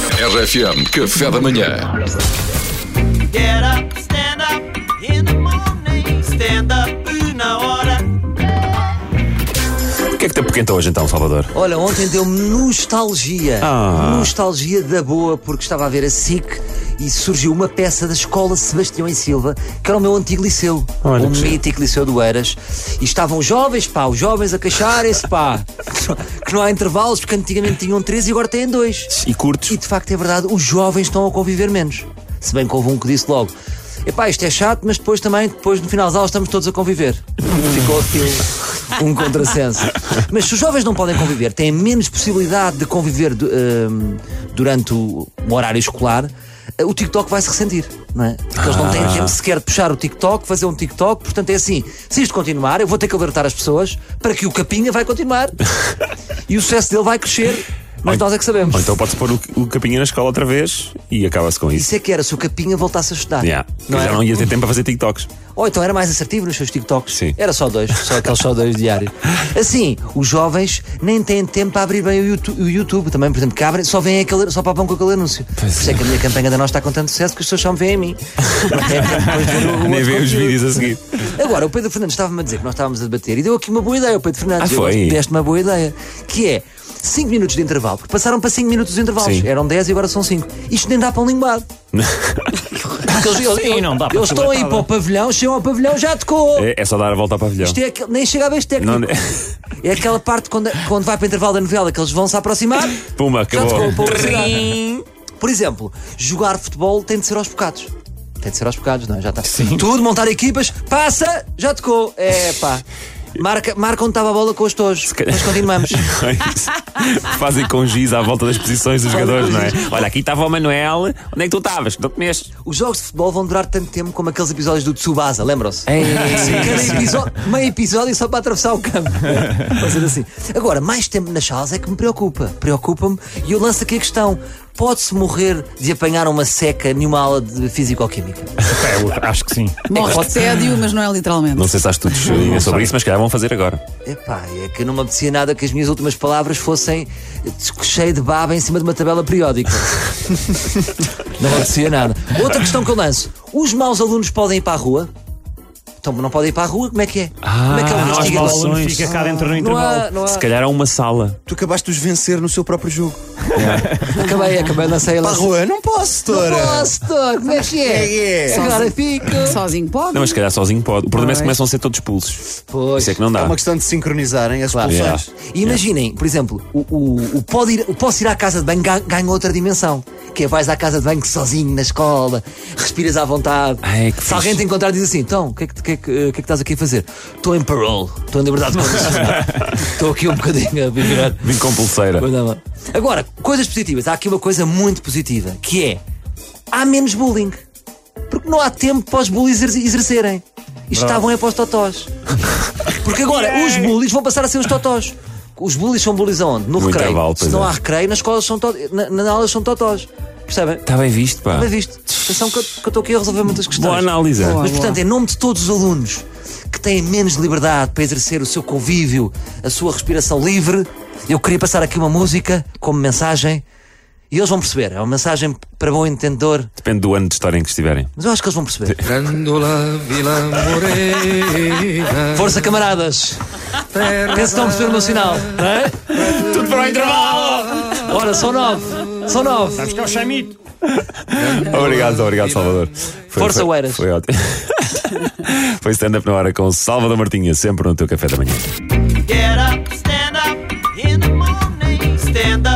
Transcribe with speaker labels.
Speaker 1: RFM, café da manhã.
Speaker 2: Get up, stand up in the morning. Stand up na hora.
Speaker 3: O que é que te apoquenta hoje então, Salvador?
Speaker 4: Olha, ontem deu-me nostalgia.
Speaker 3: Ah.
Speaker 4: Nostalgia da boa, porque estava a ver a SIC e surgiu uma peça da Escola Sebastião em Silva, que era o meu antigo liceu,
Speaker 3: Olha
Speaker 4: o
Speaker 3: que giro.
Speaker 4: mítico liceu do Eiras. E estavam jovens, pá, os jovens a queixarem-se, pá, que não- que não há intervalos, porque antigamente tinham três e agora têm dois.
Speaker 3: E curtos?
Speaker 4: E de facto é verdade, os jovens estão a conviver menos. Se bem que houve um que disse logo: epá, isto é chato, mas depois também, depois no final das aulas, estamos todos a conviver. Ficou aqui um contrassenso. Mas se os jovens não podem conviver, têm menos possibilidade de conviver du- hum, durante o, o horário escolar. eh, O TikTok vai se ressentir, não é? Porque eles não
Speaker 3: Ah.
Speaker 4: têm tempo sequer de puxar o TikTok, fazer um TikTok, portanto é assim: se isto continuar, eu vou ter que alertar as pessoas para que o Capinha vai continuar e o sucesso dele vai crescer, mas nós é que sabemos.
Speaker 3: Ou então pode-se pôr o, o capinha na escola outra vez e acaba-se com isso.
Speaker 4: Isso é que era se o Capinha voltasse a estudar.
Speaker 3: Yeah.
Speaker 4: Não é?
Speaker 3: Já
Speaker 4: era?
Speaker 3: não ia ter tempo para fazer TikToks.
Speaker 4: Ou então era mais assertivo nos seus TikToks.
Speaker 3: Sim.
Speaker 4: Era só dois, só aqueles só dois diários. Assim, os jovens nem têm tempo para abrir bem o Youtu- o YouTube, também, por exemplo, que abrem, só vêm aquele, só papam com aquele anúncio. por isso é que a minha campanha da nós está com tanto sucesso que as pessoas só me veem a mim. Depois ver o outro
Speaker 3: Nem vê os
Speaker 4: conteúdo.
Speaker 3: vídeos a seguir.
Speaker 4: Agora, o Pedro Fernandes estava-me a dizer que nós estávamos a debater e deu aqui uma boa ideia, o Pedro Fernandes.
Speaker 3: Ah,
Speaker 4: Eu
Speaker 3: foi?
Speaker 4: acho que Deste uma boa ideia. Que é 5 minutos de intervalo, porque passaram para 5 minutos os intervalos.
Speaker 3: Sim.
Speaker 4: Eram 10 e agora são 5. Isto nem dá para um linguado. Porque eles, eles-
Speaker 5: Sim, não dá para
Speaker 4: eles estão aí
Speaker 5: sabotar,
Speaker 4: para o pavilhão, chegam ao pavilhão, já tocou.
Speaker 3: É, é só dar a volta ao pavilhão.
Speaker 4: Isto é aquele- nem chega a vez técnico.
Speaker 3: Não-
Speaker 4: É aquela parte quando, quando vai para o intervalo da novela que eles vão se aproximar.
Speaker 3: Puma,
Speaker 4: Já
Speaker 3: acabou.
Speaker 4: tocou para outra cidade. Por exemplo, jogar futebol tem de ser aos bocados. Tem de ser aos bocados, não é? Já está. Tudo, montar equipas, passa, já tocou. É pá. Marca, marca onde estava a bola com os tojos.
Speaker 3: calhar-
Speaker 4: Mas continuamos.
Speaker 3: É Fazem com giz à volta das posições dos jogadores, não é? Olha, aqui estava o Manuel. Onde é que tu estavas? Que Não te mexes.
Speaker 4: Os jogos de futebol vão durar tanto tempo como aqueles episódios do Tsubasa, lembram-se? Cada episódio, meio episódio só para atravessar o campo. Fazer assim. Agora, mais tempo nas salas é que me preocupa. Preocupa-me e eu lanço aqui a questão: pode-se morrer de apanhar uma seca numa aula de fisicoquímica?
Speaker 5: É, acho que sim.
Speaker 6: Morre de tédio, mas não é literalmente.
Speaker 3: Não sei se há estudos eh, sobre isso, mas calhar vão fazer agora.
Speaker 4: Epá, é que não me apetecia nada que as minhas últimas palavras fossem eh, cheio de baba em cima de uma tabela periódica. não me apetecia nada. Outra questão que eu lanço: os maus alunos podem ir para a rua? Então não podem ir para a rua? Como é que é? Como é que é
Speaker 3: não há
Speaker 5: Acho que o
Speaker 3: maus
Speaker 5: aluno
Speaker 3: Relações.
Speaker 5: Ah, fica cá dentro no
Speaker 4: Não há,
Speaker 5: intervalo.
Speaker 4: não há.
Speaker 3: Se calhar há uma sala.
Speaker 7: Tu acabaste de os vencer no seu próprio jogo.
Speaker 4: Acabei, acabei, lancei a
Speaker 7: Para a
Speaker 4: lança.
Speaker 7: rua, não posso, Tora.
Speaker 4: Posso, doutor, como é que é?
Speaker 7: É,
Speaker 4: Agora fico.
Speaker 6: Sozinho pode.
Speaker 3: Não, mas se calhar sozinho pode. O problema é que
Speaker 6: Pois.
Speaker 3: começam a ser todos expulsos.
Speaker 4: Pois.
Speaker 3: Isso é que não
Speaker 7: É
Speaker 3: dá.
Speaker 7: uma questão de sincronizarem as
Speaker 4: Claro.
Speaker 7: pulsões.
Speaker 4: E imaginem, por exemplo, o, o, o pode ir, o posso ir à casa de banho ga- ganha outra dimensão. Que é vais à casa de banho sozinho na escola, respiras à vontade.
Speaker 3: Ai, que
Speaker 4: Se alguém
Speaker 3: fixe.
Speaker 4: te encontrar, diz assim: então, o que é que, o que, é que, eh, o que é que estás aqui a fazer? Estou em parole, estou em liberdade condicional. Estou aqui um bocadinho a virar.
Speaker 3: Vim com pulseira.
Speaker 4: Pois não. Agora, coisas positivas. Há aqui uma coisa muito positiva, que é há menos bullying. Porque não há tempo para os bullies exer- exercerem. E estavam é para os totós. Porque agora os bullies vão passar a ser os totós. Os bullies são bullies aonde? No
Speaker 3: Muito
Speaker 4: recreio.
Speaker 3: avalo, pois
Speaker 4: Se não
Speaker 3: é.
Speaker 4: há recreio, nas escolas são to... na, na aula são totós. Percebem?
Speaker 3: Está Tá bem visto, pá.
Speaker 4: Bem visto. Atenção que eu que eu estou aqui a resolver muitas questões.
Speaker 3: Ah. Boa análise.
Speaker 4: Mas, portanto, em nome de todos os alunos que têm menos liberdade para exercer o seu convívio, a sua respiração livre, eu queria passar aqui uma música como mensagem e eles vão perceber. É uma mensagem para bom entendedor,
Speaker 3: Depende do ano de história em que estiverem.
Speaker 4: mas eu acho que eles vão perceber.
Speaker 8: Grândola, Vila Morena,
Speaker 4: Força, camaradas! Penso que estão a perceber o meu sinal, não é?
Speaker 3: Tudo para o intervalo!
Speaker 4: Ora, são nove! São nove!
Speaker 5: Acho que é o chamito.
Speaker 3: Obrigado, obrigado, Salvador. Foi,
Speaker 4: Força,
Speaker 3: foi,
Speaker 4: Oeiras.
Speaker 3: Foi ótimo. foi stand-up na hora com o Salvador Martinha, sempre no teu café da manhã.
Speaker 2: Get up, stand up in the morning. Stand up.